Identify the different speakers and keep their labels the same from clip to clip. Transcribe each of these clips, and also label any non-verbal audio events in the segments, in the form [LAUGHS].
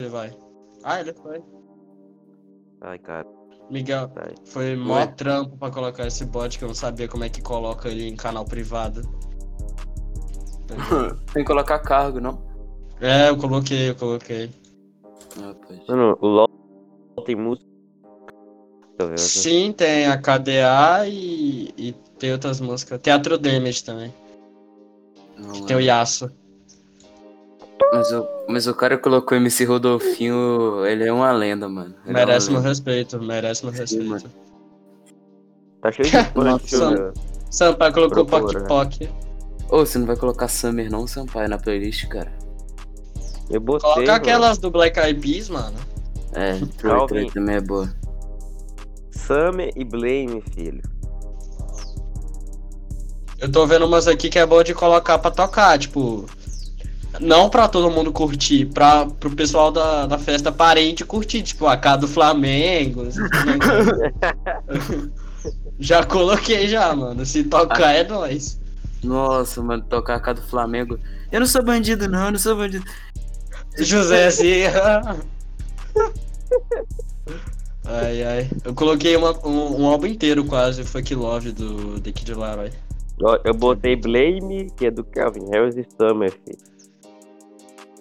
Speaker 1: Ele vai. Ah, ele foi.
Speaker 2: Ai, cara.
Speaker 1: Miguel,
Speaker 2: Vai.
Speaker 1: foi mó
Speaker 2: Oi.
Speaker 1: trampo pra colocar esse bot que eu não sabia como é que coloca ele em canal privado.
Speaker 3: Tem que colocar cargo, não?
Speaker 1: É, eu coloquei, eu coloquei.
Speaker 3: Ah, pois.
Speaker 2: Mano, o LOL tem música. tá velho.
Speaker 1: Sim, tem a KDA e, e tem outras músicas. Teatro Damage também.
Speaker 3: Não,
Speaker 1: Tem o
Speaker 3: é.
Speaker 1: Yasuo.
Speaker 3: mas, o, mas o cara colocou MC Rodolfinho, ele é uma lenda, mano. Ele é uma
Speaker 1: Merece meu
Speaker 3: lenda.
Speaker 1: respeito, merece meu respeito.
Speaker 2: Tá cheio de punch,
Speaker 1: Nossa.
Speaker 2: velho.
Speaker 1: Sampaio colocou Poc
Speaker 2: Procura.
Speaker 1: Poc.
Speaker 3: Ô, você não vai colocar Summer não, Sampaio, na playlist, cara?
Speaker 2: Eu botei.
Speaker 1: Coloca
Speaker 2: mano.
Speaker 1: aquelas do Black Eyed Peas, mano.
Speaker 3: É, Troy
Speaker 2: Calvin.
Speaker 3: Troy também é boa.
Speaker 2: Summer e Blame, filho.
Speaker 1: Eu tô vendo umas aqui que é bom de colocar pra tocar, tipo. Não pra todo mundo curtir, pra, pro pessoal da, da festa parente curtir, tipo, a K do Flamengo. não sei como é que- já coloquei já, mano. Se tocar é nóis.
Speaker 3: Nossa, mano, tocar a cara do Flamengo. Eu não sou bandido, não, eu não sou bandido.
Speaker 1: José assim, Serra. [LAUGHS] Ai, ai. Eu coloquei uma- um, um álbum inteiro quase, foi que Love do The Kid Laroi.
Speaker 2: Ó, Eu botei Blame, que é do Calvin Harris e Summer, filho.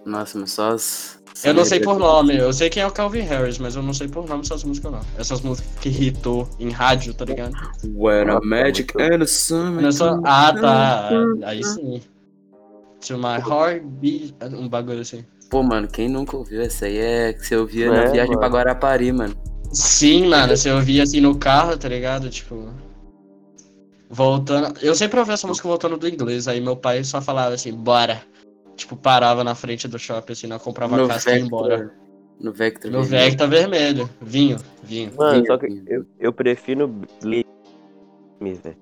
Speaker 3: Nossa, mas só as.
Speaker 1: Eu não sei por nome, eu sei quem é o Calvin Harris, mas eu não sei por nome essas músicas não. Essas músicas que hitou em rádio, tá ligado?
Speaker 3: When a Magic and a Summer.
Speaker 1: Não é só- Ah, tá. Aí sim. To my heart beat- Um bagulho assim.
Speaker 3: Pô, mano, quem nunca ouviu essa aí é que você ouvia na
Speaker 2: É,
Speaker 3: viagem
Speaker 2: mano.
Speaker 3: pra Guarapari, mano.
Speaker 1: Sim, mano, você ouvia assim no carro, tá ligado? Tipo. Voltando. Eu sempre ouvi essa música voltando do inglês, aí meu pai só falava assim, bora. Tipo, parava na frente do shopping, assim, não comprava
Speaker 3: No
Speaker 1: casca e ia embora.
Speaker 3: Vector. tá No Vector.
Speaker 1: No
Speaker 3: vermelho.
Speaker 1: Vecta vermelho. Vinho, vinho.
Speaker 2: Mano,
Speaker 3: Blame.
Speaker 2: só que eu, eu prefiro Blame, velho.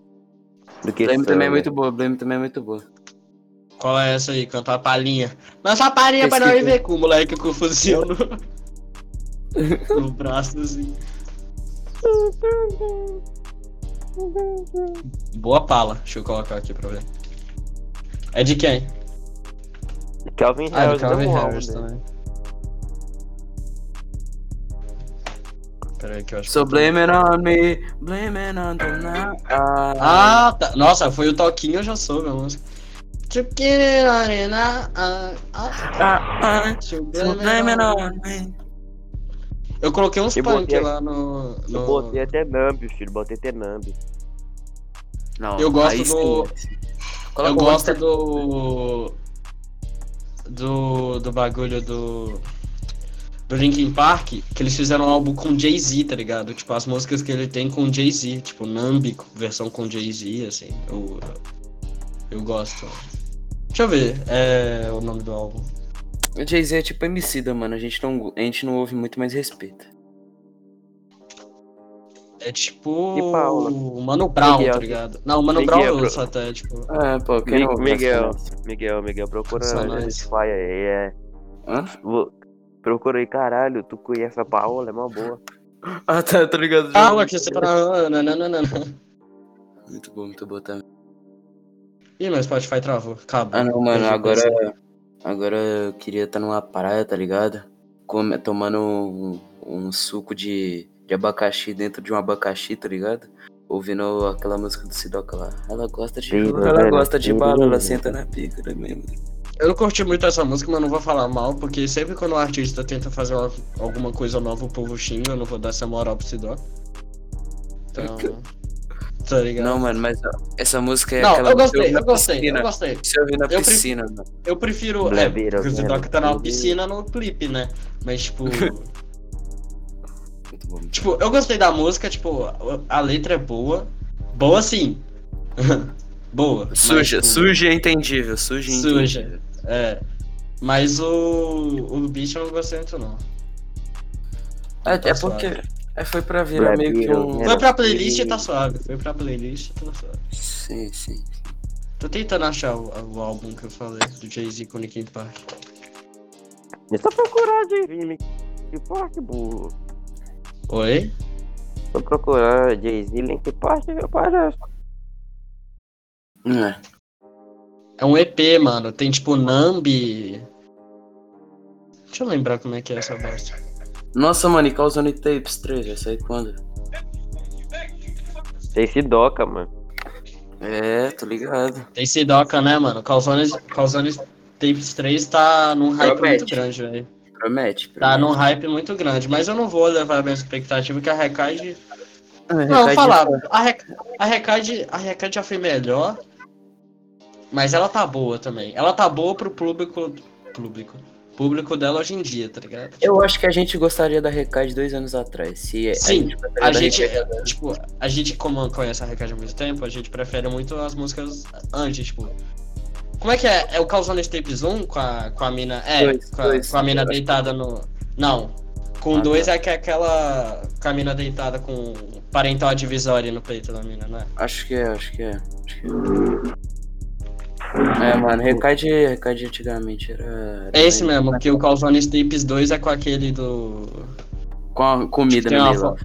Speaker 2: Do que
Speaker 3: Blame
Speaker 2: Summer.
Speaker 3: também é muito boa, Blame também é muito boa.
Speaker 1: Qual é essa aí? Cantar a palhinha. Lança a palhinha pra um não ir
Speaker 3: Pesquisa.
Speaker 1: ver com o moleque com o fuzil no, no braço, assim. Boa pala. Deixa eu colocar aqui pra ver. É de quem?
Speaker 2: Calvin
Speaker 1: Ah, do
Speaker 2: Harris
Speaker 1: Calvin
Speaker 2: é um álbum
Speaker 1: Harris
Speaker 2: dele.
Speaker 1: também. Pera aí que eu acho
Speaker 3: So
Speaker 1: que...
Speaker 3: blame it on me, blame it on the night. Ah,
Speaker 1: Ah, tá. Nossa, foi o toquinho, eu já soube a música. Tipo que... Ah, ah,
Speaker 3: ah, ah.
Speaker 1: deixa eu ver,
Speaker 3: So blame it
Speaker 1: né?
Speaker 3: on me.
Speaker 1: Eu coloquei uns
Speaker 2: Eu
Speaker 1: punk
Speaker 2: botei-
Speaker 1: lá no. no-
Speaker 2: Eu botei até Nambi, filho. Botei até Nambi.
Speaker 3: Não,
Speaker 1: Eu gosto
Speaker 3: aí
Speaker 1: do-
Speaker 3: sim. Coloca um
Speaker 1: Eu
Speaker 3: o
Speaker 1: gosto
Speaker 3: Monster-
Speaker 1: do. Do. Do bagulho do. Do Linkin Park, que eles fizeram um álbum com Jay-Z, tá ligado? Tipo, as músicas que ele tem com Jay-Z, tipo, Nambi, versão com Jay-Z, assim. Eu, eu gosto. Deixa eu ver é, o nome do álbum.
Speaker 3: O Jay-Z é tipo MC da, mano. A gente, não, a gente não ouve muito, mas respeita.
Speaker 1: É tipo.
Speaker 2: E Paula?
Speaker 1: O Mano Brown,
Speaker 2: Miguel.
Speaker 1: tá ligado? Não, o Mano
Speaker 2: Miguel,
Speaker 1: Brown eu
Speaker 2: bro.
Speaker 1: ouço até, tipo.
Speaker 3: Ah, pô, quem não
Speaker 2: Mi-
Speaker 3: ouve
Speaker 2: Miguel,
Speaker 3: essa, né?
Speaker 2: Miguel, Miguel, procura
Speaker 1: Só
Speaker 2: no
Speaker 1: nós.
Speaker 2: Spotify aí. É.
Speaker 3: Hã?
Speaker 2: Vou- Procura aí, caralho. Tu conhece a Paola? É uma boa.
Speaker 3: Ah, tá, tá ligado.
Speaker 1: Paula, que você tá. Não, não, não, não.
Speaker 3: Muito bom, muito bom também.
Speaker 1: Ih, meu Spotify travou. Acabou.
Speaker 3: Ah, não, mano,
Speaker 1: Deixa eu
Speaker 3: agora.
Speaker 1: pensar.
Speaker 3: Agora eu queria estar numa praia, tá ligado? Come- tomando um, um suco de, de abacaxi dentro de um abacaxi, tá ligado? Ouvindo aquela música do Sidoca lá. Ela gosta de.
Speaker 2: Sim,
Speaker 3: ela
Speaker 2: velho.
Speaker 3: gosta de
Speaker 2: Sim.
Speaker 3: bala, ela senta na pica também, mano.
Speaker 1: Eu não curti muito essa música, mas não vou falar mal, porque sempre quando o artista tenta fazer uma- alguma coisa nova, o povo xinga, eu não vou dar essa moral pro Sidó.
Speaker 3: [LAUGHS]
Speaker 1: Então. Tá ligado?
Speaker 3: Não, mano, mas ó, essa música é
Speaker 1: Não,
Speaker 3: aquela
Speaker 1: eu
Speaker 3: que você ouve
Speaker 1: gostei,
Speaker 3: na
Speaker 1: eu gostei,
Speaker 3: piscina.
Speaker 1: eu gostei.
Speaker 3: Você ouve na
Speaker 1: prefiro-
Speaker 3: piscina, mano.
Speaker 1: Eu prefiro. É,
Speaker 2: Bladeira,
Speaker 1: porque o
Speaker 2: velho.
Speaker 1: Sidó que tá na
Speaker 2: Bladeira.
Speaker 1: piscina no clipe, né? Mas,
Speaker 3: [LAUGHS]
Speaker 1: tipo.
Speaker 3: Muito bom.
Speaker 1: tipo, eu gostei da música, tipo, a- a letra é boa. Boa sim. [LAUGHS] boa. mas,
Speaker 3: Suja,
Speaker 1: tipo,
Speaker 3: suja é entendível, suja é
Speaker 1: Suja.
Speaker 3: entendível.
Speaker 1: É. Mas o. O bicho eu não gostei muito, não.
Speaker 3: É, é
Speaker 1: Tá suave.
Speaker 3: porque é, foi pra virar meio que um...
Speaker 2: Bladeiro.
Speaker 1: Foi pra playlist e
Speaker 2: Ele-
Speaker 1: tá suave. Foi pra playlist e tá suave.
Speaker 3: Sim, sim.
Speaker 1: Tô tentando achar o, o álbum que eu falei do Jay-Z com o Linkin Park.
Speaker 2: É só procurar, Jay-Z. Que forte, burro.
Speaker 1: Oi?
Speaker 2: Só procurar Jay-Z, Link Park, aparece.
Speaker 3: Não é.
Speaker 1: É um EP, mano. Tem tipo Nambi. Deixa eu lembrar como é que é essa bosta.
Speaker 3: Nossa, mano, e causando tapes 3, vai sair quando?
Speaker 2: Tem esse doca, mano.
Speaker 3: É, tô ligado.
Speaker 1: Tem Sidoca, né, mano? Calzones, Calzones Tapes 3 tá num hype
Speaker 3: Promete.
Speaker 1: muito grande, velho.
Speaker 3: Promete.
Speaker 1: Tá
Speaker 3: promete.
Speaker 1: num hype muito grande, mas eu não vou levar a minha expectativa que a Recade.
Speaker 3: Ah,
Speaker 1: Não, eu vou
Speaker 3: recadinho.
Speaker 1: falar. A, Re... a Recade. A Recade já foi melhor. Mas ela tá boa também. Ela tá boa pro público. Público. Público dela hoje em dia, tá ligado?
Speaker 3: Eu acho que a gente gostaria da Recade dois anos atrás. Se
Speaker 1: Sim,
Speaker 3: gostaria
Speaker 1: A
Speaker 3: da
Speaker 1: gente,
Speaker 3: Recade-
Speaker 1: tipo, a gente, como conhece a Recade há muito tempo, a gente prefere muito as músicas antes, tipo. Como é que é? É o Calzones Tapes 1 com a, com a mina. É,
Speaker 3: Dois,
Speaker 1: com, a,
Speaker 3: dois.
Speaker 1: com a mina deitada no. Não. Com
Speaker 3: Ah,
Speaker 1: dois é que é aquela. Com a mina deitada com parental divisória no peito da mina, né?
Speaker 3: Acho que é, acho que é. Acho que é. É, mano, Recade, Recade antigamente era.
Speaker 1: É esse mesmo, porque o Calzones Tapes 2 é com aquele do. tipo,
Speaker 3: Com a comida
Speaker 1: Tem
Speaker 3: no
Speaker 1: uma
Speaker 3: meio.
Speaker 1: fo-
Speaker 3: lá.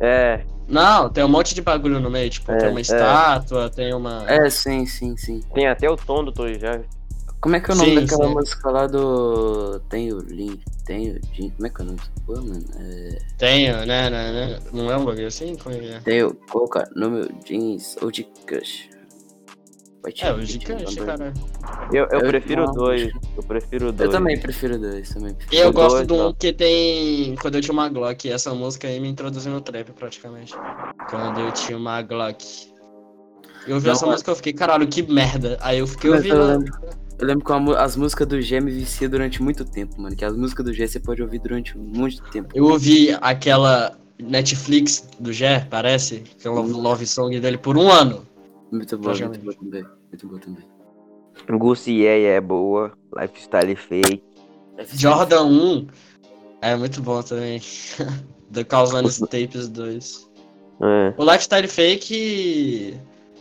Speaker 2: É,
Speaker 1: Não, tem um monte de bagulho no meio, tipo,
Speaker 2: É,
Speaker 1: tem uma
Speaker 2: é.
Speaker 1: estátua, tem uma.
Speaker 3: É, sim, sim, sim.
Speaker 2: tem até o tom do Tony Jaa.
Speaker 3: Como é que é o nome
Speaker 1: Sim,
Speaker 3: daquela
Speaker 1: sim.
Speaker 3: música lá do. Tem o Lin, tem o Jin. Como é que é o nome dessa porra, mano? É...
Speaker 1: Tem, né, né, né? Não é um bagulho assim? Como é que é?
Speaker 3: Tem o Coca no meu jeans ou de Cush. Vai te-
Speaker 1: É, o
Speaker 3: te-
Speaker 1: gigante,
Speaker 3: te-
Speaker 1: cara.
Speaker 2: Eu, eu
Speaker 3: Eu-
Speaker 2: prefiro
Speaker 3: não,
Speaker 2: dois. Eu prefiro dois.
Speaker 3: Eu também prefiro dois, também prefiro.
Speaker 1: Eu
Speaker 2: Os
Speaker 1: gosto
Speaker 2: dois,
Speaker 1: de um
Speaker 2: não.
Speaker 1: que tem. Quando eu tinha uma Glock, essa música aí me introduziu no trap praticamente. Quando eu tinha uma Glock. Eu ouvi
Speaker 3: Não,
Speaker 1: essa
Speaker 3: mas-
Speaker 1: música e eu fiquei, caralho, que merda. Aí eu fiquei
Speaker 3: Eu,
Speaker 1: ouvindo.
Speaker 3: lembro, eu lembro que a mu- as músicas do G me vicia durante muito tempo, mano. Que as músicas do G você pode ouvir durante muito tempo.
Speaker 1: Eu ouvi aquela Netflix do Jé, parece, que é o
Speaker 2: Uhum.
Speaker 1: love song dele por um ano.
Speaker 3: Muito bom, muito
Speaker 1: Praticamente.
Speaker 3: bom também. Muito bom também.
Speaker 2: Gucci é, é boa. Lifestyle fake.
Speaker 1: É Jordan 1 é muito bom também. [LAUGHS] The Calzones Tapes 2.
Speaker 2: É.
Speaker 1: O Lifestyle Fake.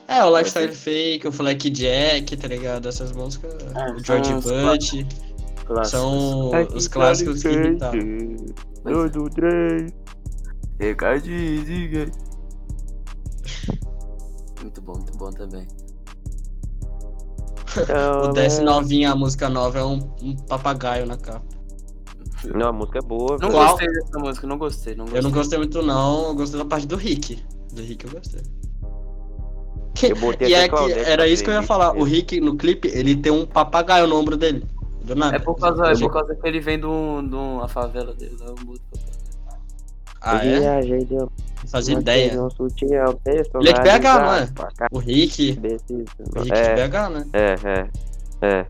Speaker 1: É, o Lifestyle Fake, o Fleck Jack, tá ligado? Essas músicas.
Speaker 3: Ah,
Speaker 1: o
Speaker 3: são
Speaker 1: George
Speaker 3: os
Speaker 1: Butt.
Speaker 3: Clássicos.
Speaker 1: São os clássicos que irritaram. é.
Speaker 3: Dois
Speaker 2: do três.
Speaker 3: Recadinho, diga. Muito bom, muito bom também.
Speaker 1: [LAUGHS] O Desce Novinha, a música nova, é um, um papagaio na capa.
Speaker 2: Não, a música é boa.
Speaker 3: Não
Speaker 2: velho.
Speaker 1: Qual?
Speaker 3: gostei dessa música, não gostei, não gostei.
Speaker 1: Eu não gostei muito, não. Eu gostei da parte do Rick. Do Rick eu gostei.
Speaker 2: Eu botei
Speaker 1: E
Speaker 2: até
Speaker 1: é que
Speaker 2: Claudete
Speaker 1: era
Speaker 2: pra
Speaker 1: isso que eu ia
Speaker 2: playlist
Speaker 1: falar. O
Speaker 2: dele.
Speaker 1: Rick, no clipe, ele tem um papagaio no ombro dele. Do nada.
Speaker 3: É por causa, é por causa que ele vem de um- de uma favela dele lá, eu mudo pra cá.
Speaker 1: Ah, é?
Speaker 2: Viajei de uma
Speaker 1: Não
Speaker 3: né?
Speaker 1: fazia ideia.
Speaker 2: um sutiã
Speaker 1: Ele é de BH, não é?
Speaker 2: personalizado pra cá,
Speaker 1: O Rick.
Speaker 2: desse-
Speaker 1: O Rick de
Speaker 2: É,
Speaker 1: BH, né?
Speaker 2: é, é. É,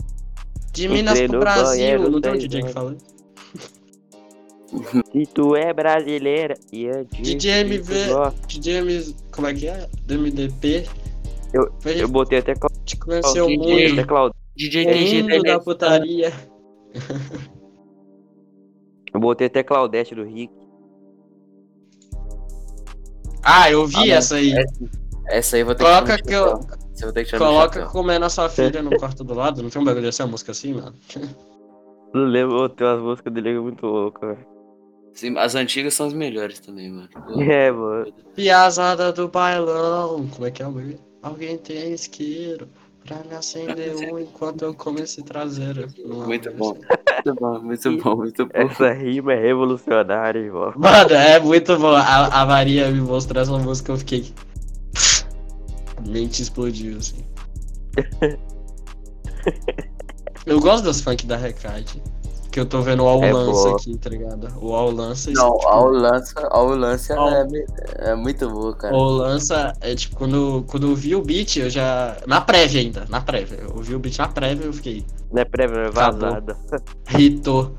Speaker 1: De Minas
Speaker 2: Entrei
Speaker 1: pro
Speaker 2: no
Speaker 1: Brasil.
Speaker 2: banheiro,
Speaker 1: Não tem um
Speaker 2: seis
Speaker 1: DJ que
Speaker 2: horas.
Speaker 1: fala isso?
Speaker 2: Se tu é brasileira e é de.
Speaker 1: DJ MV. DJ Ms- Como é que é? Do MDP.
Speaker 2: Eu-
Speaker 1: Foi
Speaker 2: Eu botei até Claudete.
Speaker 1: te conhecer o
Speaker 2: Até
Speaker 1: mundo.
Speaker 2: Claudete.
Speaker 3: DJ
Speaker 1: Mundo
Speaker 3: é
Speaker 1: da putaria.
Speaker 2: Eu botei até Claudete do Rick.
Speaker 1: Ah, eu vi
Speaker 3: Ah,
Speaker 1: essa aí.
Speaker 3: Essa aí eu vou ter
Speaker 1: Coloca
Speaker 3: que
Speaker 1: que eu-
Speaker 3: Você vai ter que tirar meu
Speaker 1: Coloca
Speaker 3: chapéu.
Speaker 1: comendo a sua filha no quarto do lado. Não tem um bagulho dessa música assim, mano?
Speaker 2: Não lembro, tem umas músicas dele que é muito louca. velho.
Speaker 3: Sim, as antigas são as melhores também, [LAUGHS] mano.
Speaker 2: É, mano.
Speaker 1: Piazada do bailão. Como é que é o bagulho? Alguém tem isqueiro pra me acender um enquanto eu como esse traseiro. Não é um
Speaker 3: Muito
Speaker 1: bagulho
Speaker 3: bom.
Speaker 1: assim.
Speaker 3: Muito bom, muito bom, muito bom.
Speaker 2: Essa rima é revolucionária, irmão.
Speaker 1: Mano, é muito bom. A, a Maria me mostrou essa música, eu fiquei. Mente explodiu, assim. Eu gosto das funk da Recade. Que eu tô vendo o All
Speaker 2: É
Speaker 1: Lança
Speaker 2: boa.
Speaker 1: aqui, tá ligado? O All Lança. tipo, isso,
Speaker 3: Não,
Speaker 1: tipo,
Speaker 3: a Olança, a Olança
Speaker 1: Ao-
Speaker 3: é, me- é muito boa, cara.
Speaker 1: All Lança é tipo, quando, quando eu vi o beat, eu já. Na prévia ainda, na prévia. Eu vi o beat na prévia eu fiquei.
Speaker 2: Não é prévia, é
Speaker 1: Acabou.
Speaker 2: vazada.
Speaker 1: Ritou.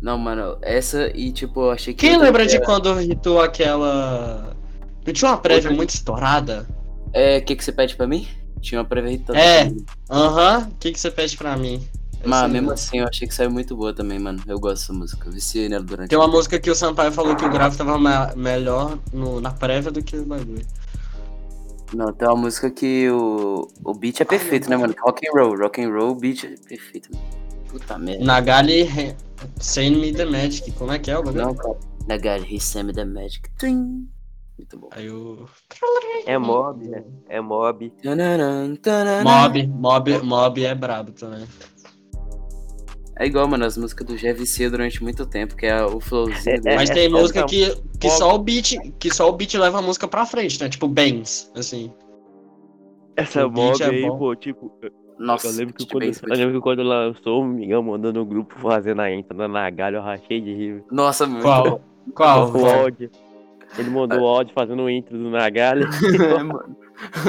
Speaker 3: Não, mano, essa e tipo, eu achei que.
Speaker 1: Quem lembra de quando ritou aquela. Não tinha uma prévia muito estourada?
Speaker 3: É, o que, que você pede pra mim? Tinha uma prévia irritada
Speaker 1: É.
Speaker 3: também.
Speaker 1: Aham, o que, que você pede pra mim?
Speaker 3: Mas
Speaker 1: Esse-
Speaker 3: mesmo assim, eu achei que saiu muito boa também, mano. Eu gosto dessa música. Eu viciei nela durante.
Speaker 1: Tem uma música que o Sampaio falou que o grave tava ma- melhor no- na prévia do que o bagulho.
Speaker 3: Não, tem uma música que o, o beat é perfeito, né, mano? Rock and roll, rock and roll, o beat é perfeito. mano. Puta merda.
Speaker 1: Nagali Re- Send Me The Magic, como é que é o bagulho?
Speaker 3: Não, cara. Na God, he sent me the magic. Trim. Muito bom.
Speaker 1: Aí o...
Speaker 2: É mob, né? É mob.
Speaker 3: Tananan, tananan.
Speaker 1: Mob, Mob, Mob é brabo também.
Speaker 3: É igual, mano, as músicas do GVC durante muito tempo, que é o flowzinho.
Speaker 2: [LAUGHS] É,
Speaker 3: dele.
Speaker 1: Mas tem
Speaker 2: é,
Speaker 1: música
Speaker 2: então,
Speaker 1: que, que
Speaker 2: qual-
Speaker 1: só o beat, que só o beat leva a música pra frente, né? Tipo Bangs, assim.
Speaker 2: Essa
Speaker 1: O beat
Speaker 2: mob
Speaker 1: é
Speaker 2: aí,
Speaker 1: bom.
Speaker 2: pô, tipo, eu-
Speaker 3: Nossa, tipo,
Speaker 2: eu lembro que
Speaker 3: Beat
Speaker 2: quando
Speaker 3: Bass,
Speaker 2: eu lembro que quando lançou o Miguel mandou no grupo fazendo a entrada na galha, eu rachei de rir.
Speaker 3: tipo, Nossa, mano. [LAUGHS]
Speaker 1: Qual?
Speaker 2: [LAUGHS]
Speaker 1: Qual?
Speaker 2: o áudio. Ele mandou o áudio fazendo o intro do Nagalha.
Speaker 3: É, mano.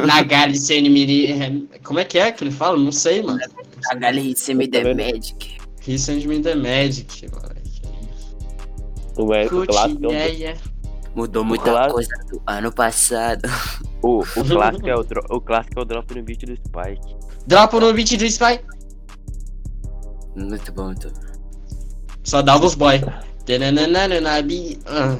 Speaker 1: Nagali Senmiri. Como é que é que ele fala? Não sei, mano.
Speaker 3: A galera semi
Speaker 2: Tá
Speaker 3: the
Speaker 2: vendo?
Speaker 3: Magic.
Speaker 1: He sent me the magic, moleque.
Speaker 2: O é o
Speaker 1: Curte,
Speaker 2: clássico, é
Speaker 1: yeah,
Speaker 2: um-
Speaker 1: yeah.
Speaker 3: Mudou muita
Speaker 2: Claro.
Speaker 3: coisa do ano passado. [LAUGHS]
Speaker 1: [LAUGHS]
Speaker 2: o, o clássico é o, dro- o clássico é o drop no beat do Spike.
Speaker 1: Dropa no beat disso, vai.
Speaker 3: Muito bom, muito bom.
Speaker 1: Só dava os boy. Tananana, bi- ah.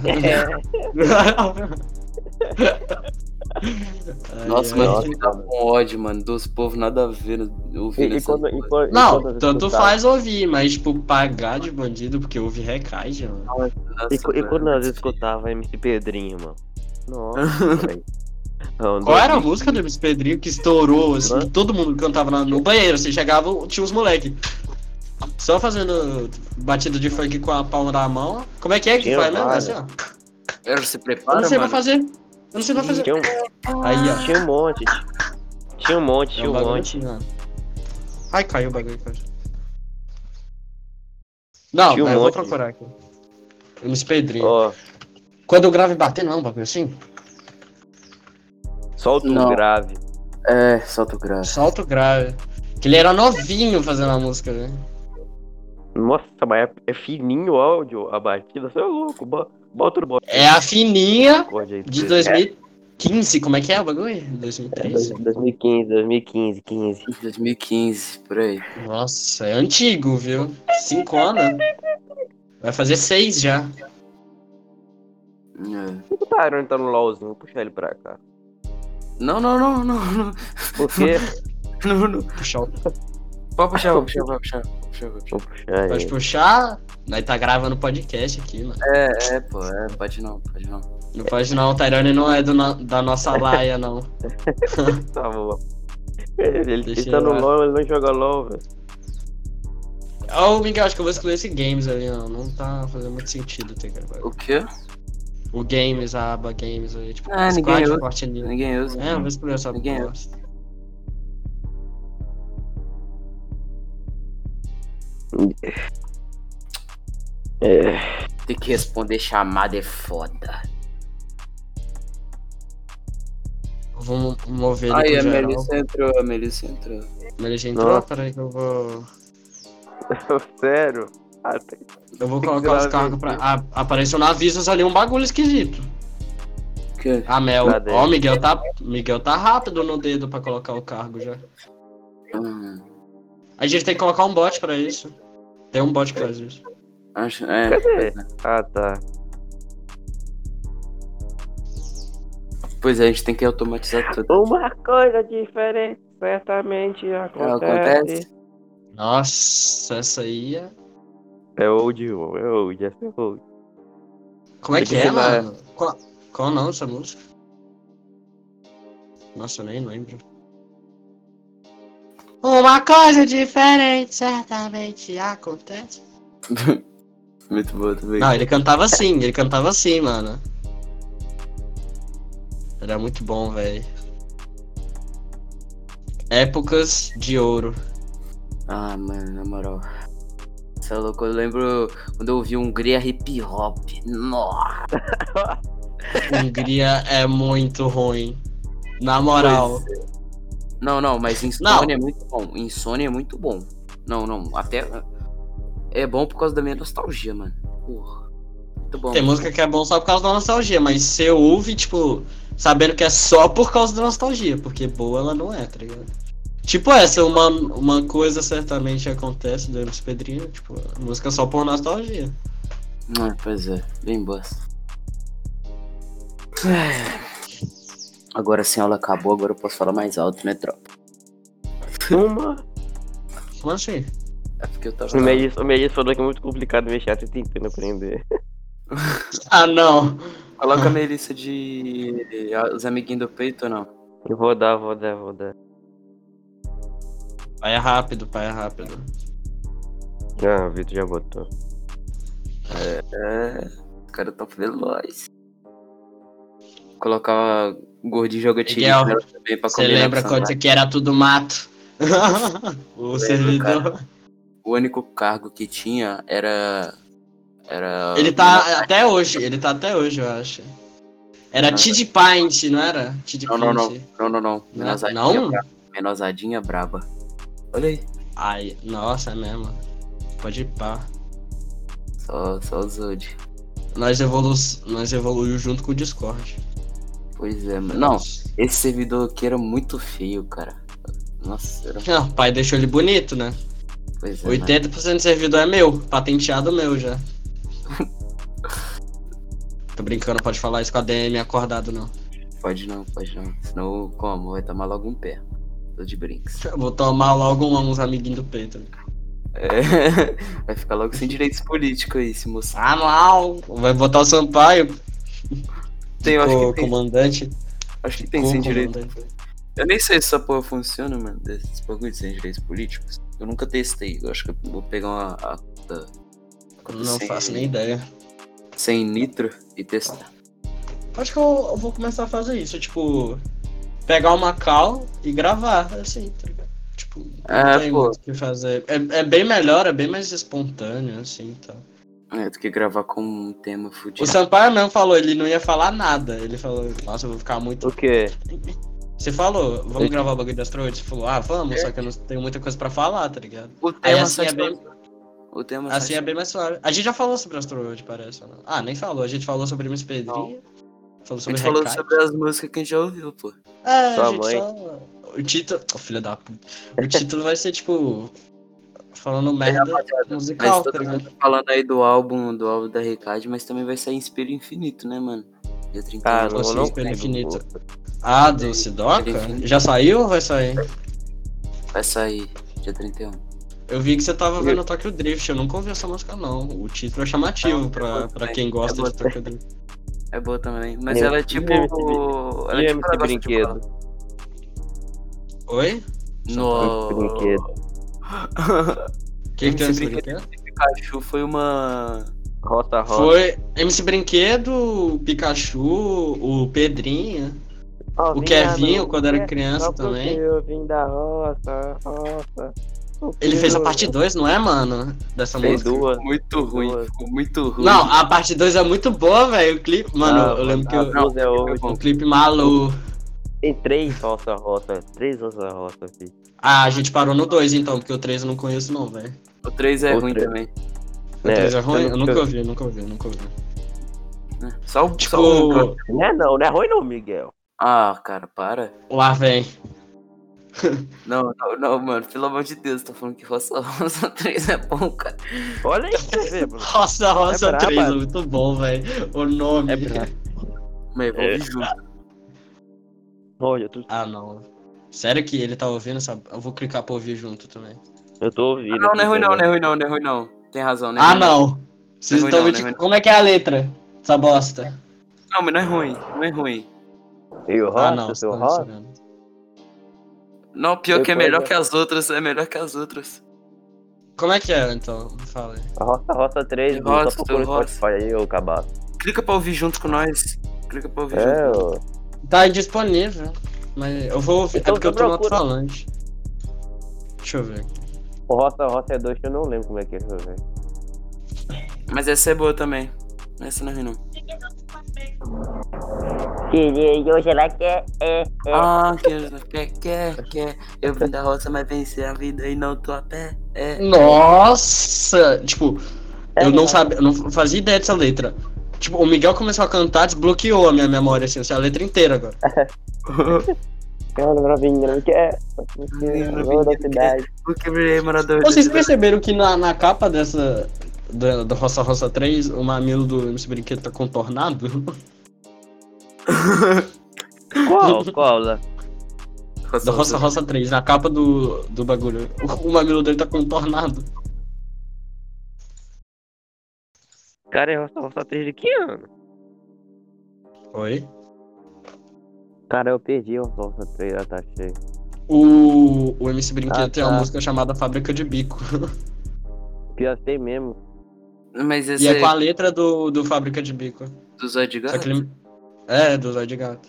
Speaker 1: Ai,
Speaker 3: Nossa,
Speaker 1: ai.
Speaker 2: [LAUGHS]
Speaker 3: mano,
Speaker 2: nossa.
Speaker 3: eu ficava com ódio, mano, dos povos nada a ver
Speaker 2: E,
Speaker 3: ouvindo
Speaker 2: e
Speaker 3: essa
Speaker 2: quando, e quando-
Speaker 3: coisa.
Speaker 2: e quando
Speaker 1: Não,
Speaker 2: eu
Speaker 1: tanto
Speaker 2: escutava-
Speaker 1: faz ouvir, mas, tipo, pagar de bandido, porque ouvir recai, já. mano.
Speaker 3: Nossa,
Speaker 2: E, co- e
Speaker 3: mano.
Speaker 2: quando nós escutava MC Pedrinho, mano.
Speaker 1: [LAUGHS]
Speaker 2: Nossa, velho. Não,
Speaker 1: Qual
Speaker 2: não-
Speaker 1: era a música do Miss Pedrinho que estourou, assim,
Speaker 2: Hã?
Speaker 1: que todo mundo cantava na- no banheiro, assim, chegava, tinha os moleque. Só fazendo batida de funk com a palma da mão. Como é que é que
Speaker 2: Tinha
Speaker 1: faz mesmo?
Speaker 2: várias.
Speaker 1: Assim, ó.
Speaker 3: Era, se
Speaker 1: Eu
Speaker 3: prepara,
Speaker 1: não sei o que
Speaker 3: mano.
Speaker 1: fazer. Eu não sei o que fazer.
Speaker 2: Tinha um,
Speaker 1: Aí, ó.
Speaker 2: tinha um monte. Tinha um monte,
Speaker 1: É
Speaker 2: tinha
Speaker 1: um
Speaker 2: um
Speaker 1: bagulho
Speaker 2: monte.
Speaker 1: assim, ó. Ai, caiu o bagulho. caiu. Não,
Speaker 2: Tinha um
Speaker 1: mas eu vou
Speaker 2: monte.
Speaker 1: procurar aqui. Miss Pedrinho.
Speaker 2: Ó,
Speaker 1: Quando o grave bater, não, é um bagulho assim.
Speaker 2: solta um
Speaker 3: Não.
Speaker 2: grave.
Speaker 3: É, solta o grave.
Speaker 1: Solta o grave. Que ele era novinho fazendo a música, né?
Speaker 2: Nossa, mas é, é fininho o áudio, a batida. Você é louco. bo- Bota o bota
Speaker 1: É a fininha
Speaker 2: acorde aí. pra
Speaker 1: De
Speaker 2: você.
Speaker 1: 2015, como é que é o bagulho?
Speaker 2: É,
Speaker 1: 2013?
Speaker 2: 2015, 2015, 15.
Speaker 3: 2015, por aí.
Speaker 1: Nossa, é antigo, viu? Cinco anos. Vai fazer seis já.
Speaker 3: É.
Speaker 2: Por que o Tyrone tá no LOLzinho? Vou puxar ele pra cá.
Speaker 3: Não, não, não, não, não,
Speaker 1: [LAUGHS]
Speaker 2: Porque.
Speaker 3: não, não.
Speaker 1: Puxar, o-
Speaker 3: Pode puxar, pode puxar, pode puxar. Pode puxar, pode puxar.
Speaker 2: Vou puxar
Speaker 1: pode
Speaker 2: ele.
Speaker 1: puxar. Nós tá gravando podcast aqui, mano.
Speaker 3: É, é, pô, é, pode não, pode não.
Speaker 1: Não pode não, o Tyrone não é do no- da nossa laia, não.
Speaker 2: Tá bom. Ele, ele
Speaker 1: Deixa
Speaker 2: tá
Speaker 1: eu
Speaker 2: no
Speaker 1: lá.
Speaker 2: LOL, ele não joga LOL, velho.
Speaker 1: [LAUGHS] Ô, Miguel, acho que eu vou excluir esse games ali, não. Não tá fazendo muito sentido ter aquele bagulho.
Speaker 3: O quê?
Speaker 1: O games, a aba games aí, tipo,
Speaker 3: Ah, ninguém
Speaker 1: squad,
Speaker 3: usa.
Speaker 1: forte ali.
Speaker 3: Ninguém usa.
Speaker 1: É, eu vou excluir essa
Speaker 3: Ninguém
Speaker 1: bosta.
Speaker 2: É.
Speaker 3: Tem que responder chamada é foda.
Speaker 1: Vou mover ele
Speaker 3: Aí,
Speaker 1: pro
Speaker 3: a
Speaker 1: geral.
Speaker 3: Melissa entrou, a Melissa entrou.
Speaker 1: Melissa entrou,
Speaker 2: Nossa.
Speaker 1: peraí que eu vou...
Speaker 2: [LAUGHS] Sério? Ah, tá-
Speaker 1: Eu vou
Speaker 2: Tem que
Speaker 1: colocar os
Speaker 2: virar
Speaker 1: cargos pra.
Speaker 2: vermelho.
Speaker 1: A, apareceu na Avisos ali um bagulho esquisito.
Speaker 3: O quê?
Speaker 1: A Mel.
Speaker 2: Lá dentro.
Speaker 1: Ó, o Miguel tá. Miguel tá rápido no dedo pra colocar o cargo já.
Speaker 3: Hum,
Speaker 1: A gente tem que colocar um bot pra isso. Tem um bot que faz isso.
Speaker 3: acho, é.
Speaker 2: Cadê? Ah, tá.
Speaker 3: Pois é, a gente tem que automatizar tudo.
Speaker 2: Uma coisa diferente certamente
Speaker 3: É, acontece.
Speaker 1: Nossa, essa aí é.
Speaker 2: É old, irmão, é old, essa é old.
Speaker 1: Como é
Speaker 2: Tem
Speaker 1: que
Speaker 2: que
Speaker 1: é,
Speaker 2: virar.
Speaker 1: mano? Qual, qual não essa música? Nossa, eu nem lembro. Uma coisa diferente certamente acontece.
Speaker 3: Muito boa também.
Speaker 1: Não, ele cantava assim, ele cantava assim, mano. Era muito bom, velho. Épocas de ouro.
Speaker 3: Ah, mano, na moral. Você é louco, eu lembro quando eu ouvi um Hungria hip hop. Nossa.
Speaker 1: Hungria é muito ruim. Na moral.
Speaker 3: Não, não, mas Insônia é muito bom. Insônia é muito bom. Não, não, até. É bom por causa da minha nostalgia, mano. Porra. Muito bom.
Speaker 1: Tem música que é bom só por causa da nostalgia, mas você ouve, tipo, sabendo que é só por causa da nostalgia, porque boa ela não é, tá ligado? Tipo essa, uma, uma coisa certamente acontece do Eros Pedrinho, tipo, música só por nostalgia.
Speaker 3: Ah, pois é, bem bosta. É. [SIGHS] Agora sim a aula acabou, agora eu posso falar mais alto, né, tropa?
Speaker 1: [LAUGHS]
Speaker 2: Uma.
Speaker 1: Como assim?
Speaker 3: É porque eu tava.
Speaker 2: O Medis, o Medis falou que é muito complicado mexer, você tem que aprender.
Speaker 1: Ah, não.
Speaker 3: Coloca a Melissa de. Os amiguinhos do peito ou não?
Speaker 2: Eu vou dar, vou dar, vou dar.
Speaker 1: Pai é rápido, pai é rápido.
Speaker 2: Ah, o Vitor já botou.
Speaker 3: É, os caras tão fudendo nós. Colocar o gordinho joga
Speaker 1: Miguel,
Speaker 3: tirinha também pra
Speaker 1: Você
Speaker 3: comer.
Speaker 1: lembra quando isso aqui era tudo mato? [LAUGHS] o servidor.
Speaker 3: O único cargo que tinha era. Era.
Speaker 1: Ele tá até hoje, ele tá até hoje, eu acho. Era
Speaker 3: Não.
Speaker 1: Tid Pint, não era? Tid
Speaker 3: Não,
Speaker 1: Pint.
Speaker 3: não, não. Não, não, não. Menorsadinha
Speaker 1: Não?
Speaker 3: braba. Menorsadinha braba. Olha aí.
Speaker 1: Ai, nossa, é mesmo. Pode ir pá.
Speaker 3: Só, só os Zod.
Speaker 1: Nós, evolu nós evoluiu junto com o Discord.
Speaker 3: Pois é, mano. Não, esse servidor aqui era muito feio, cara. Nossa, era.
Speaker 1: Não, o pai deixou ele bonito, né?
Speaker 3: Pois é. né?
Speaker 1: 80% do servidor é meu, patenteado meu
Speaker 3: [LAUGHS]
Speaker 1: já. Tô brincando, pode falar isso com a DM acordado, não.
Speaker 3: Pode não, pode não. Senão, como? Vai tomar logo um pé. Tô de brinks.
Speaker 1: Eu Vou tomar logo um- uns amiguinhos do peito.
Speaker 3: É, [LAUGHS] Vai ficar logo sem direitos políticos aí, se moçar.
Speaker 1: Ah, não! Vai botar o Sampaio,
Speaker 3: Tem, eu
Speaker 1: o
Speaker 3: acho que tem,
Speaker 1: comandante.
Speaker 3: acho que tem
Speaker 1: com-
Speaker 3: sem direito.
Speaker 1: comandante.
Speaker 3: Eu nem sei se essa porra funciona, mano, desses bagulhos sem direitos políticos. Eu nunca testei. Eu acho que eu vou pegar uma. A, conta- a conta
Speaker 1: Não
Speaker 3: sem,
Speaker 1: faço nem ideia.
Speaker 3: Sem nitro e testar.
Speaker 1: Acho que eu, eu vou começar a fazer isso, tipo, pegar uma cal e gravar, assim, tá ligado? Tipo, não
Speaker 3: Ah,
Speaker 1: tem
Speaker 3: pô.
Speaker 1: muito o que fazer. É, é bem melhor, é bem mais espontâneo, assim, tá.
Speaker 3: É, eu tenho que gravar com um tema fudido.
Speaker 1: O Sampaio mesmo falou, ele não ia falar nada. Ele falou, nossa, eu vou ficar muito.
Speaker 2: O quê?
Speaker 1: Você falou, vamos gravar o bagulho das Troias? Você falou, ah, vamos, só que eu não tenho muita coisa pra falar, tá ligado?
Speaker 3: O
Speaker 1: Aí
Speaker 3: tema
Speaker 1: assim é
Speaker 3: satisfaz-
Speaker 1: bem,
Speaker 3: O tema
Speaker 1: assim é
Speaker 3: satisfaz-
Speaker 1: bem mais suave. A gente já falou sobre Asteroid, parece. ou não? Ah, nem falou. A gente falou sobre Miss Pedrinha. Falou
Speaker 3: A
Speaker 1: sobre
Speaker 3: gente falou
Speaker 1: Recai.
Speaker 3: sobre as músicas que a gente já ouviu, pô.
Speaker 1: É,
Speaker 2: Sua
Speaker 1: a gente
Speaker 2: mãe.
Speaker 1: só. O título. Ô, filho da puta. O título vai ser tipo. Falando merda
Speaker 3: Mas
Speaker 1: musical, tá
Speaker 3: todo
Speaker 1: ligado?
Speaker 3: mundo falando aí do álbum, do álbum da Recade, mas também vai sair Espelho Infinito, né, mano? Dia 31.
Speaker 2: Ah,
Speaker 1: Ou
Speaker 2: não,
Speaker 1: se
Speaker 2: não
Speaker 1: espelho
Speaker 2: pego.
Speaker 1: infinito. Ah, do Sidoca?
Speaker 3: Ele-
Speaker 1: Já saiu ou vai sair?
Speaker 3: Vai sair dia 31.
Speaker 1: Eu vi que você tava
Speaker 2: Eu-
Speaker 1: vendo Tokyo Drift, eu nunca ouvi essa música não. O título é chamativo pra, pra quem gosta de Tokyo Drift.
Speaker 3: É boa também. Mas
Speaker 2: É.
Speaker 3: ela é tipo.
Speaker 2: E MC
Speaker 3: Ela
Speaker 2: E
Speaker 3: é
Speaker 2: MC
Speaker 3: tipo ela gosta de
Speaker 2: Brinquedo?
Speaker 1: Oi?
Speaker 3: bola. No.
Speaker 2: Brinquedo.
Speaker 1: Quem que tem
Speaker 3: MC
Speaker 1: esse brinquedo?
Speaker 3: Pikachu foi uma.
Speaker 2: Rota Rota.
Speaker 1: Foi MC Brinquedo, o Pikachu, o Pedrinha,
Speaker 2: Ah,
Speaker 1: o
Speaker 2: vim
Speaker 1: Kevinho
Speaker 2: lá no-
Speaker 1: quando era
Speaker 2: É, Só
Speaker 1: criança
Speaker 2: porque
Speaker 1: também.
Speaker 2: Eu vim da roça, roça.
Speaker 1: Ele fez a parte 2, não é, mano? Dessa
Speaker 2: Tem
Speaker 1: música.
Speaker 2: duas.
Speaker 3: Muito ruim. Ficou muito ruim.
Speaker 1: Não, a parte 2 é muito boa, velho. O clipe. Mano,
Speaker 2: Ah,
Speaker 1: eu lembro que
Speaker 2: a
Speaker 1: eu-
Speaker 2: duas é
Speaker 3: eu-
Speaker 2: hoje.
Speaker 1: o clipe malu.
Speaker 2: Tem três roça roça. Três roça roça, filho.
Speaker 1: Ah, a gente parou no 2 então, porque o 3 eu não conheço não, velho.
Speaker 3: O 3 é
Speaker 2: Outra.
Speaker 3: ruim também.
Speaker 1: O 3 é ruim?
Speaker 2: eu
Speaker 1: Eu nunca ouvi, eu nunca ouvi, eu nunca ouvi.
Speaker 3: né? Só o.
Speaker 1: Tipo,
Speaker 3: Só o...
Speaker 2: Não é não, não é ruim não, Miguel.
Speaker 3: Ah, cara, para.
Speaker 1: lá vem.
Speaker 3: Não, não, não, mano. Pelo amor de Deus, tô falando que [LAUGHS] Roça Roça 3 é bom, cara.
Speaker 2: Olha aí pra você ver, Bruno.
Speaker 1: Roça Roça
Speaker 2: É braba.
Speaker 1: 3 é muito bom, velho. O nome.
Speaker 2: É braba.
Speaker 3: Mas vamos
Speaker 2: É.
Speaker 3: ver junto.
Speaker 2: Olha, eu tô,
Speaker 1: ah, não. Sério que ele tá ouvindo essa. Eu vou clicar pra ouvir junto também.
Speaker 2: eu tô ouvindo.
Speaker 3: Não, não é ruim não, não é
Speaker 2: né?
Speaker 3: ruim não, não é ruim não. Tem razão, né?
Speaker 1: ah, não. Vocês
Speaker 3: Não
Speaker 1: estão me
Speaker 3: é ruim, não, não é
Speaker 1: dizendo.
Speaker 3: ruim.
Speaker 1: Como é que é a letra? Essa bosta.
Speaker 3: Não, mas não é ruim. Não é ruim.
Speaker 2: E o
Speaker 1: Ah, não.
Speaker 2: roça,
Speaker 1: Você
Speaker 2: seu
Speaker 1: tá
Speaker 2: roça?
Speaker 1: mencionando.
Speaker 3: Não, pior que é
Speaker 2: Depois
Speaker 3: melhor
Speaker 2: eu-
Speaker 3: que as outras, é melhor que as outras.
Speaker 1: Como é que é, então? Me fala aí.
Speaker 2: Roça roça 3,
Speaker 3: Eu
Speaker 2: Bruno.
Speaker 3: roço,
Speaker 2: Só procura
Speaker 3: eu
Speaker 2: o
Speaker 3: roço.
Speaker 2: Spotify aí, ô cabaço.
Speaker 3: Clica pra ouvir junto com nós. Clica pra ouvir
Speaker 2: É,
Speaker 3: junto.
Speaker 2: ô.
Speaker 1: Tá disponível. Mas eu vou ouvir.
Speaker 2: Então
Speaker 1: é porque eu
Speaker 2: tu
Speaker 1: tô no
Speaker 2: procura.
Speaker 1: alto-falante. Deixa eu ver.
Speaker 2: O roça roça é 2 que eu não lembro como é que é, velho.
Speaker 3: Mas essa é boa também. Essa não é ruim, não.
Speaker 2: Queria, hoje ela quer, é, é.
Speaker 3: Ah, quer, quer, quer, quer. Eu vim da roça, mas venci a vida e não tô a pé.
Speaker 1: [LAUGHS]
Speaker 3: É.
Speaker 1: Nossa! Tipo,
Speaker 2: É,
Speaker 1: eu não
Speaker 2: é.
Speaker 1: sabia, eu não fazia ideia dessa letra. Tipo, o Miguel começou a cantar, desbloqueou a minha memória, assim, eu sei a letra inteira agora.
Speaker 2: É Quero novinho, não quer.
Speaker 3: Novinho,
Speaker 2: Ah, Vou da
Speaker 3: não
Speaker 2: cidade.
Speaker 3: O que virei morador
Speaker 1: Vocês
Speaker 3: desse-
Speaker 1: perceberam que na, na capa dessa. Da, do Roça Roça 3, o mamilo do MC Brinquedo tá contornado? [LAUGHS]
Speaker 2: Qual? Qual? lá?
Speaker 1: Da Roça Roça 3, na capa do, do bagulho. O, o mamilo dele tá contornado.
Speaker 2: Cara, é roça roça 3 de que ano?
Speaker 1: Oi?
Speaker 2: Cara, eu perdi o roça 3, ela tá cheia.
Speaker 1: O, o MC Brinquedo
Speaker 2: Ah,
Speaker 1: tem uma [LAUGHS]
Speaker 2: tá.
Speaker 1: música chamada Fábrica de Bico.
Speaker 2: Pior que tem mesmo.
Speaker 3: Mas esse
Speaker 1: E é com a
Speaker 3: aí
Speaker 1: letra do, do Fábrica de Bico.
Speaker 3: do Zóio de
Speaker 1: Só
Speaker 3: Gato?
Speaker 1: que ele... É, do Zóio de Gato.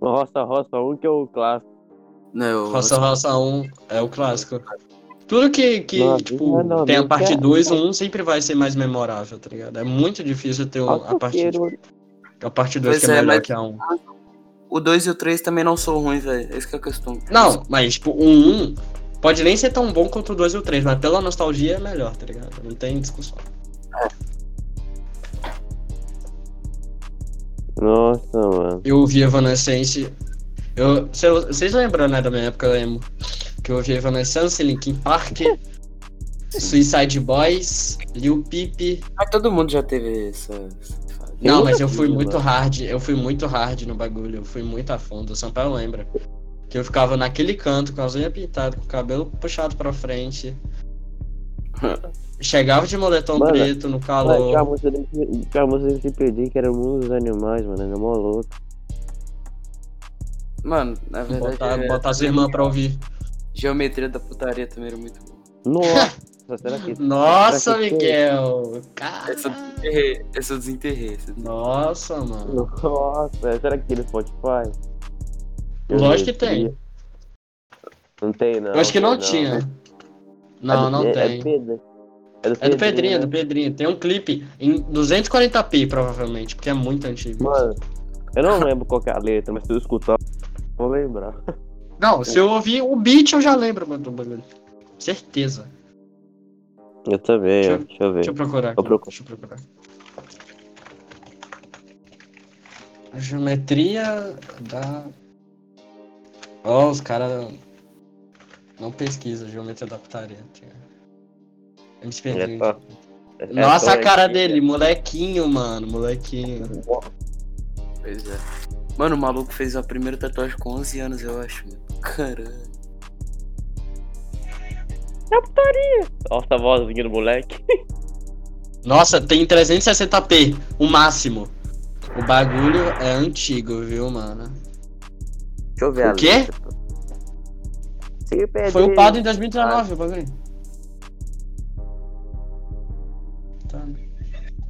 Speaker 2: O Roça Roça 1 que é o clássico.
Speaker 3: Não,
Speaker 1: Roça Roça 1 é o clássico. Tudo que, que
Speaker 2: Não,
Speaker 1: tipo,
Speaker 2: não, não,
Speaker 1: tem a
Speaker 2: não
Speaker 1: parte
Speaker 2: quero.
Speaker 1: 2, o 1 sempre vai ser mais memorável, tá ligado? É muito difícil ter um- a parte
Speaker 2: Roça
Speaker 1: a parte 2 que é
Speaker 3: Pois é,
Speaker 1: melhor
Speaker 3: mas-
Speaker 1: que a 1.
Speaker 3: o 2 e o 3 também não são ruins, velho. Esse que é a questão.
Speaker 1: Não, mas tipo, o 1 pode nem ser tão bom quanto o 2 e o 3, mas pela nostalgia é melhor, tá ligado? Não tem discussão.
Speaker 2: Nossa, mano.
Speaker 1: Eu ouvi Evanescence. Eu, cê- vocês lembram, né, da minha época emo? Que eu ouvi Evanescence, Linkin
Speaker 3: [LAUGHS]
Speaker 1: Park, Suicide Boys, Lil Peep.
Speaker 3: Mas todo mundo já teve essa. essa fase.
Speaker 1: Não,
Speaker 2: nunca
Speaker 1: mas eu fui
Speaker 2: vi,
Speaker 1: muito
Speaker 2: mano.
Speaker 1: hard, eu fui muito hard no bagulho, eu fui muito a fundo, o Sampaio lembra. Que eu ficava naquele canto, com as unhas pintadas, com o cabelo puxado pra frente. Chegava de moletom
Speaker 2: Mano,
Speaker 1: preto no
Speaker 2: Mano,
Speaker 1: calor.
Speaker 2: tinha uma música desse- tinha uma música que eu perdi que era o mundo dos animais, mano. Era mó louco.
Speaker 3: Mano, na verdade,
Speaker 1: Botar,
Speaker 3: é-
Speaker 1: botar sua irmã pra ouvir.
Speaker 3: geometria da putaria também era muito bom.
Speaker 2: Nossa,
Speaker 1: [LAUGHS]
Speaker 2: será que.
Speaker 1: Nossa,
Speaker 2: será que tem?
Speaker 1: Miguel! Cara!
Speaker 3: Essa eu É desenterrei. Essa eu desenterrei. é Essa... eu desenterrei.
Speaker 1: Nossa, mano.
Speaker 2: Nossa, será que tem no Spotify?
Speaker 1: Lógico
Speaker 2: não
Speaker 1: que tem.
Speaker 2: sei. Não tem, não.
Speaker 1: Eu acho que não, tinha. Não,
Speaker 2: É do-
Speaker 1: não
Speaker 2: é,
Speaker 1: tem.
Speaker 2: É do, Pedro.
Speaker 1: É do Pedrinho, é do
Speaker 2: né?
Speaker 1: Pedrinho. Tem um clipe em 240p, provavelmente, porque é muito antigo.
Speaker 2: Mano, eu não lembro qual que é a letra, mas se eu escutar, eu vou lembrar.
Speaker 1: Não, se eu
Speaker 2: é.
Speaker 1: ouvir o beat, eu já lembro mano, do bagulho.
Speaker 2: É.
Speaker 1: Certeza.
Speaker 2: Eu também,
Speaker 1: Deixa
Speaker 2: ó.
Speaker 1: eu-
Speaker 2: deixa eu ver.
Speaker 1: Deixa eu procurar aqui.
Speaker 2: Eu procuro.
Speaker 1: Deixa eu procurar. A geometria da. Ó, os caras. Não pesquisam geometria da putaria. tá ligado? Eles
Speaker 2: É
Speaker 1: perderam.
Speaker 2: só- é- é
Speaker 1: Nossa,
Speaker 2: só
Speaker 1: a cara
Speaker 2: aqui,
Speaker 1: dele, molequinho, mano, molequinho.
Speaker 3: Pois é. Mano, o maluco fez a primeira tatuagem com 11 anos, eu acho. mano. Caramba.
Speaker 2: ó. Nossa, a vozinha do moleque.
Speaker 1: Nossa, tem 360p, o máximo. O bagulho é antigo, viu, mano?
Speaker 2: Deixa eu
Speaker 1: ver a O quê?
Speaker 2: Se perder,
Speaker 1: Foi upado em 2019, o bagulho. Tá.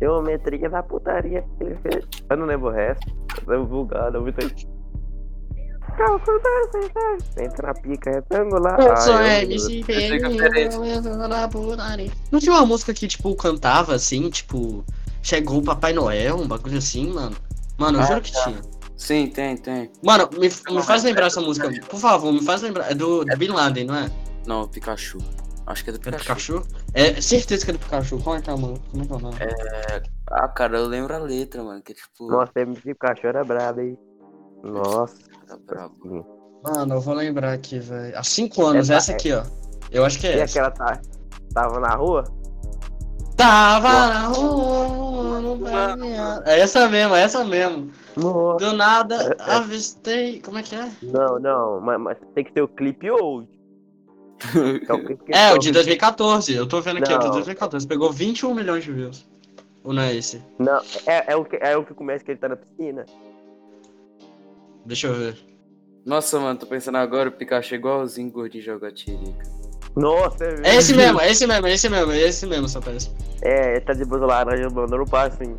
Speaker 2: geometria da putaria que ele fez. Eu não lembro o resto. Eu lembro bugado, eu muito. Entra na pica retangular.
Speaker 1: Eu
Speaker 2: Ah,
Speaker 1: sou
Speaker 2: eu-
Speaker 1: MC
Speaker 3: sei que eu
Speaker 1: Peninho,
Speaker 3: falei
Speaker 1: eu entro na putaria. Não tinha uma música que, tipo, cantava assim, tipo, chegou o Papai Noel, um bagulho assim, mano. Mano, eu
Speaker 3: Ah,
Speaker 1: juro que tinha.
Speaker 3: Sim, tem, tem.
Speaker 1: Mano, me, me faz lembrar essa música, por favor, me faz lembrar. É do, do Bin Laden, não é?
Speaker 3: Não, Pikachu. Acho que é do
Speaker 1: É do
Speaker 3: Pikachu.
Speaker 1: Pikachu? É certeza que é do Pikachu. Como é que é, mano? Como é que é o nome?
Speaker 3: Ah, cara, eu lembro a letra, mano. Que é tipo.
Speaker 2: Nossa, MC Pikachu era é brabo, hein? Nossa.
Speaker 3: Tá brabo.
Speaker 1: Mano, eu vou lembrar aqui, velho. Há cinco anos, essa
Speaker 2: Essa-
Speaker 1: aqui, ó. Eu acho que é
Speaker 2: É E
Speaker 1: essa.
Speaker 2: aquela tá... tava na rua?
Speaker 1: Tava na rua, no banheiro. É essa mesmo, é essa mesmo.
Speaker 2: Nossa.
Speaker 1: Do
Speaker 2: É,
Speaker 1: nada, avistei. Como é que é?
Speaker 2: Não, não, mas, mas tem que ser o clipe old. que É, o clipe que
Speaker 1: É, o
Speaker 2: sobe-
Speaker 1: de 2014. Eu tô vendo aqui, ó, de
Speaker 2: Não.
Speaker 1: 2014. Pegou 21 milhões de views. Ou não é esse?
Speaker 2: Não, é, é, o que, é o que começa que ele tá na piscina.
Speaker 1: Deixa eu ver. É
Speaker 3: Nossa, mano, tô pensando agora, o Pikachu é igualzinho gordinho joga tirica.
Speaker 2: Nossa, é
Speaker 1: É
Speaker 2: mesmo.
Speaker 1: esse mesmo, é esse mesmo, é esse mesmo, é esse mesmo, só parece.
Speaker 2: É, ele tá de blusa laranja mandando um passo, hein?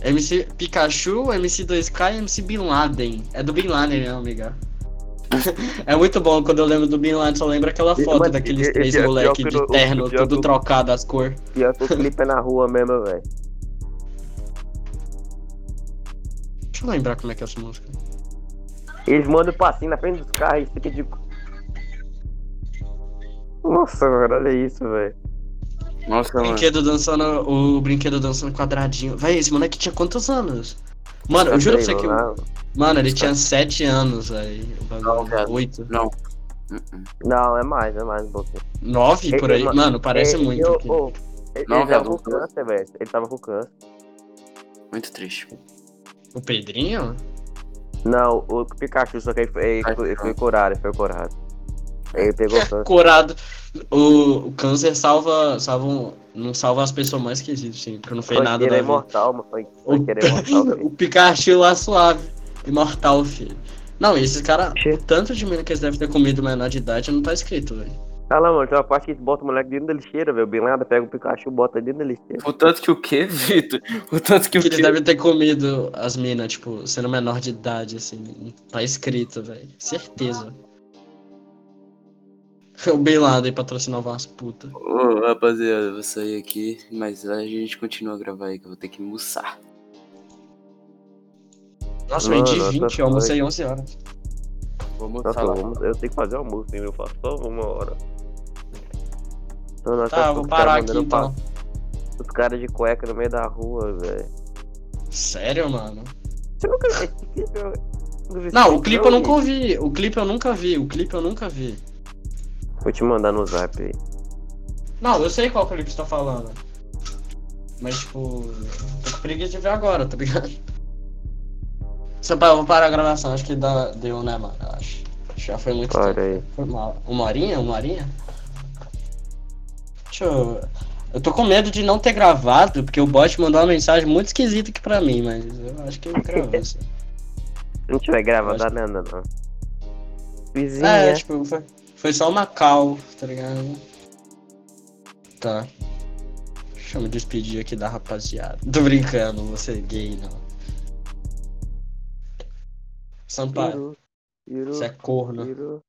Speaker 1: MC Pikachu, MC2K e MC Bin Laden. É do Bin Laden, né, amiga? é muito bom quando eu lembro do Bin Laden, só lembro aquela
Speaker 2: E,
Speaker 1: foto
Speaker 2: mano,
Speaker 1: daqueles
Speaker 2: e- e
Speaker 1: três
Speaker 2: pior-
Speaker 1: moleque
Speaker 2: pior
Speaker 1: de
Speaker 2: que o-
Speaker 1: terno,
Speaker 2: o pior
Speaker 1: tudo
Speaker 2: que o-
Speaker 1: trocado as cores.
Speaker 2: Pior que o clipe é na rua mesmo, velho.
Speaker 1: Deixa eu lembrar como é que é essa música.
Speaker 2: Eles mandam o passinho na frente dos carros, isso aqui é de. Nossa, mano, olha isso, velho.
Speaker 3: Nossa,
Speaker 2: é.
Speaker 3: mano.
Speaker 1: Brinquedo dançando, o brinquedo dançando quadradinho. Véi, esse moleque tinha quantos anos? Mano, eu juro pra você que. o-
Speaker 2: Não,
Speaker 1: Mano, ele tinha 7 anos, aí. o bagulho.
Speaker 3: Não, cara.
Speaker 1: Oito.
Speaker 3: Uh-uh.
Speaker 2: não, é mais, é mais um pouquinho.
Speaker 1: Nove por
Speaker 2: Ele-
Speaker 1: aí. Mano, parece
Speaker 2: Ele-
Speaker 1: muito.
Speaker 2: eu-
Speaker 1: aqui.
Speaker 2: ô, ele,
Speaker 3: Não,
Speaker 2: ele tava
Speaker 3: velho.
Speaker 2: com câncer, velho. Ele tava com câncer.
Speaker 3: Muito triste.
Speaker 1: O Pedrinho?
Speaker 2: Não, o Pikachu, só que ele foi, ele foi- ele foi curado, ele foi curado. Ele pegou
Speaker 1: É.
Speaker 2: câncer.
Speaker 1: curado. O, o câncer salva. salva um- não salva as pessoas mais que existem, porque não fez
Speaker 2: Foi
Speaker 1: nada
Speaker 2: que ele
Speaker 1: da
Speaker 2: é
Speaker 1: vida.
Speaker 2: imortal, mano. Foi, foi que ele é
Speaker 1: [LAUGHS]
Speaker 2: imortal, velho.
Speaker 1: O Pikachu lá suave. Imortal, filho. Não, esses caras.
Speaker 2: Che-
Speaker 1: O tanto de menino que eles devem ter comido menor de idade não tá escrito, velho.
Speaker 2: Ah lá, mano, tem uma parte que eles botam o moleque dentro da lixeira, velho. O Bin Laden pega o Pikachu, bota dentro da lixeira.
Speaker 3: O tanto que o quê, Vitor? O tanto que o
Speaker 1: Que eles
Speaker 3: quê?
Speaker 1: devem ter comido as minas, tipo, sendo menor de idade, assim. Tá escrito, velho. Certeza. [LAUGHS] O Bin Laden patrocinar o Vasco, puta.
Speaker 3: Ô, rapaziada, eu vou sair aqui, mas a gente continua a gravar aí, que eu vou ter que almoçar.
Speaker 1: Nossa, eu de
Speaker 2: Mano,
Speaker 1: 20,
Speaker 2: tá
Speaker 1: eu almocei 11 horas.
Speaker 3: Vou
Speaker 1: Tá
Speaker 2: Nossa,
Speaker 3: almoçar
Speaker 2: eu,
Speaker 3: lá.
Speaker 2: vou- eu tenho que fazer almoço, hein, meu? Faz só uma hora. Mano, olha
Speaker 1: Tá,
Speaker 2: só
Speaker 1: eu vou
Speaker 2: os caras
Speaker 1: parar aqui
Speaker 2: mandando
Speaker 1: então.
Speaker 2: pra- Os caras de cueca no meio da rua, velho.
Speaker 1: Sério, mano?
Speaker 2: Você nunca viu esse clipe? Eu- nunca vi esse é
Speaker 1: Não, o clipe eu nunca
Speaker 2: Nick?
Speaker 1: ouvi. O clipe eu nunca vi. O clipe eu nunca vi.
Speaker 2: Vou te mandar no zap aí.
Speaker 1: Não, eu sei qual clipe você tá falando. Mas, tipo, tô com preguiça de ver agora, tá ligado? [LAUGHS] Seu pai, eu vou parar a gravação. Acho que dá, deu, né, mano? Eu Acho. Acho que Já foi muito
Speaker 2: Para
Speaker 1: tempo.
Speaker 2: aí.
Speaker 1: Foi uma, uma horinha? Uma horinha? Deixa eu. Eu tô com medo de não ter gravado, porque o bot mandou uma mensagem muito esquisita aqui pra mim, mas eu acho que eu
Speaker 2: [LAUGHS]
Speaker 1: gravei. assim.
Speaker 2: Se não tiver gravado,
Speaker 1: Acho-
Speaker 2: dá nada, não. Vizinha.
Speaker 1: É, tipo, foi, foi só uma cal, tá ligado? Tá. Deixa eu me despedir aqui da rapaziada. Tô brincando, você é gay, não. Sampaio,
Speaker 2: Piru, piru,
Speaker 1: você é corno.
Speaker 2: piru.